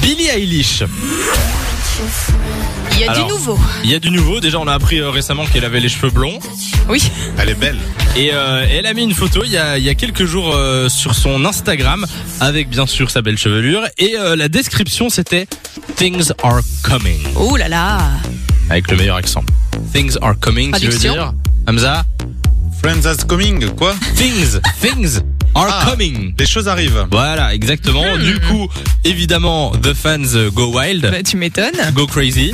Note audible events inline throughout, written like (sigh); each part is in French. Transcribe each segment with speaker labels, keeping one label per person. Speaker 1: Billie Eilish.
Speaker 2: Il y a
Speaker 1: Alors.
Speaker 2: du nouveau.
Speaker 1: Il y a du nouveau. Déjà, on a appris euh, récemment qu'elle avait les cheveux blonds.
Speaker 2: Oui.
Speaker 3: Elle est belle.
Speaker 1: Et euh, elle a mis une photo il y a, il y a quelques jours euh, sur son Instagram avec bien sûr sa belle chevelure. Et euh, la description c'était Things are coming
Speaker 2: Oh là là.
Speaker 1: avec le meilleur accent. Things are coming, qui veut
Speaker 2: Traduction.
Speaker 1: dire Hamza.
Speaker 3: Friends as coming, quoi
Speaker 1: Things, things are
Speaker 3: Ah.
Speaker 1: coming.
Speaker 3: Les choses arrivent.
Speaker 1: Voilà, exactement. Du coup, évidemment, the fans euh, go wild,
Speaker 2: Bah, tu m'étonnes.
Speaker 1: go crazy.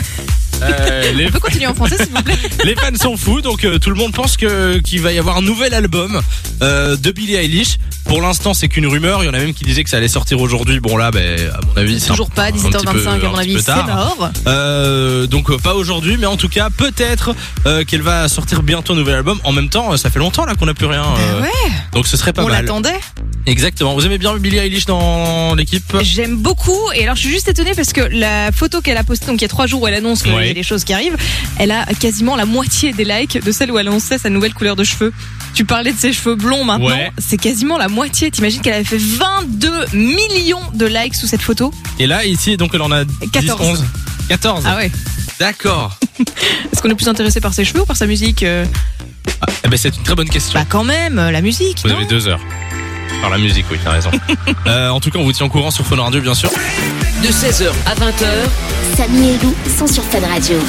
Speaker 1: Euh, les,
Speaker 2: On peut continuer en français, s'il vous plaît
Speaker 1: les fans sont fous, donc euh, tout le monde pense que qu'il va y avoir un nouvel album euh, de Billie Eilish. Pour l'instant, c'est qu'une rumeur. Il y en a même qui disaient que ça allait sortir aujourd'hui. Bon là, ben, à mon avis, (laughs) c'est un-
Speaker 2: Toujours pas,
Speaker 1: un petit
Speaker 2: 18h25,
Speaker 1: peu-
Speaker 2: à mon
Speaker 1: un petit
Speaker 2: avis,
Speaker 1: peu
Speaker 2: c'est
Speaker 1: tard.
Speaker 2: mort.
Speaker 1: Euh, donc euh, pas aujourd'hui, mais en tout cas peut-être euh, qu'elle va sortir bientôt un nouvel album. En même temps, euh, ça fait longtemps là qu'on n'a plus rien. euh,
Speaker 2: Ben Ouais,
Speaker 1: Donc ce serait pas
Speaker 2: on
Speaker 1: mal.
Speaker 2: l'attendait.
Speaker 1: Exactement. Vous aimez bien Billie Eilish dans l'équipe
Speaker 2: J'aime beaucoup. Et alors, je suis juste étonnée parce que la photo qu'elle a postée, donc il y a trois jours où elle annonce qu'il
Speaker 1: Ouais.
Speaker 2: y a des choses qui arrivent, elle a quasiment la moitié des likes de celle où elle annonçait sa nouvelle couleur de cheveux. Tu parlais de ses cheveux blonds maintenant.
Speaker 1: Ouais.
Speaker 2: C'est quasiment la moitié. T'imagines qu'elle avait fait 22 millions de likes sous cette photo
Speaker 1: Et là ici, donc elle en a 10,
Speaker 2: 14.
Speaker 1: 11, 14.
Speaker 2: Ah ouais.
Speaker 1: D'accord.
Speaker 2: Est-ce qu'on est plus intéressé par ses cheveux ou par sa musique Euh,
Speaker 1: Eh ben c'est une très bonne question.
Speaker 2: Bah, quand même, euh, la musique.
Speaker 1: vous
Speaker 2: non
Speaker 1: avez deux heures. Par la musique, oui, t'as raison. Euh, en tout cas, on vous tient au courant sur Phone Radio, bien sûr.
Speaker 4: De 16h à 20h,
Speaker 5: Samy et Lou sont sur Fun Radio.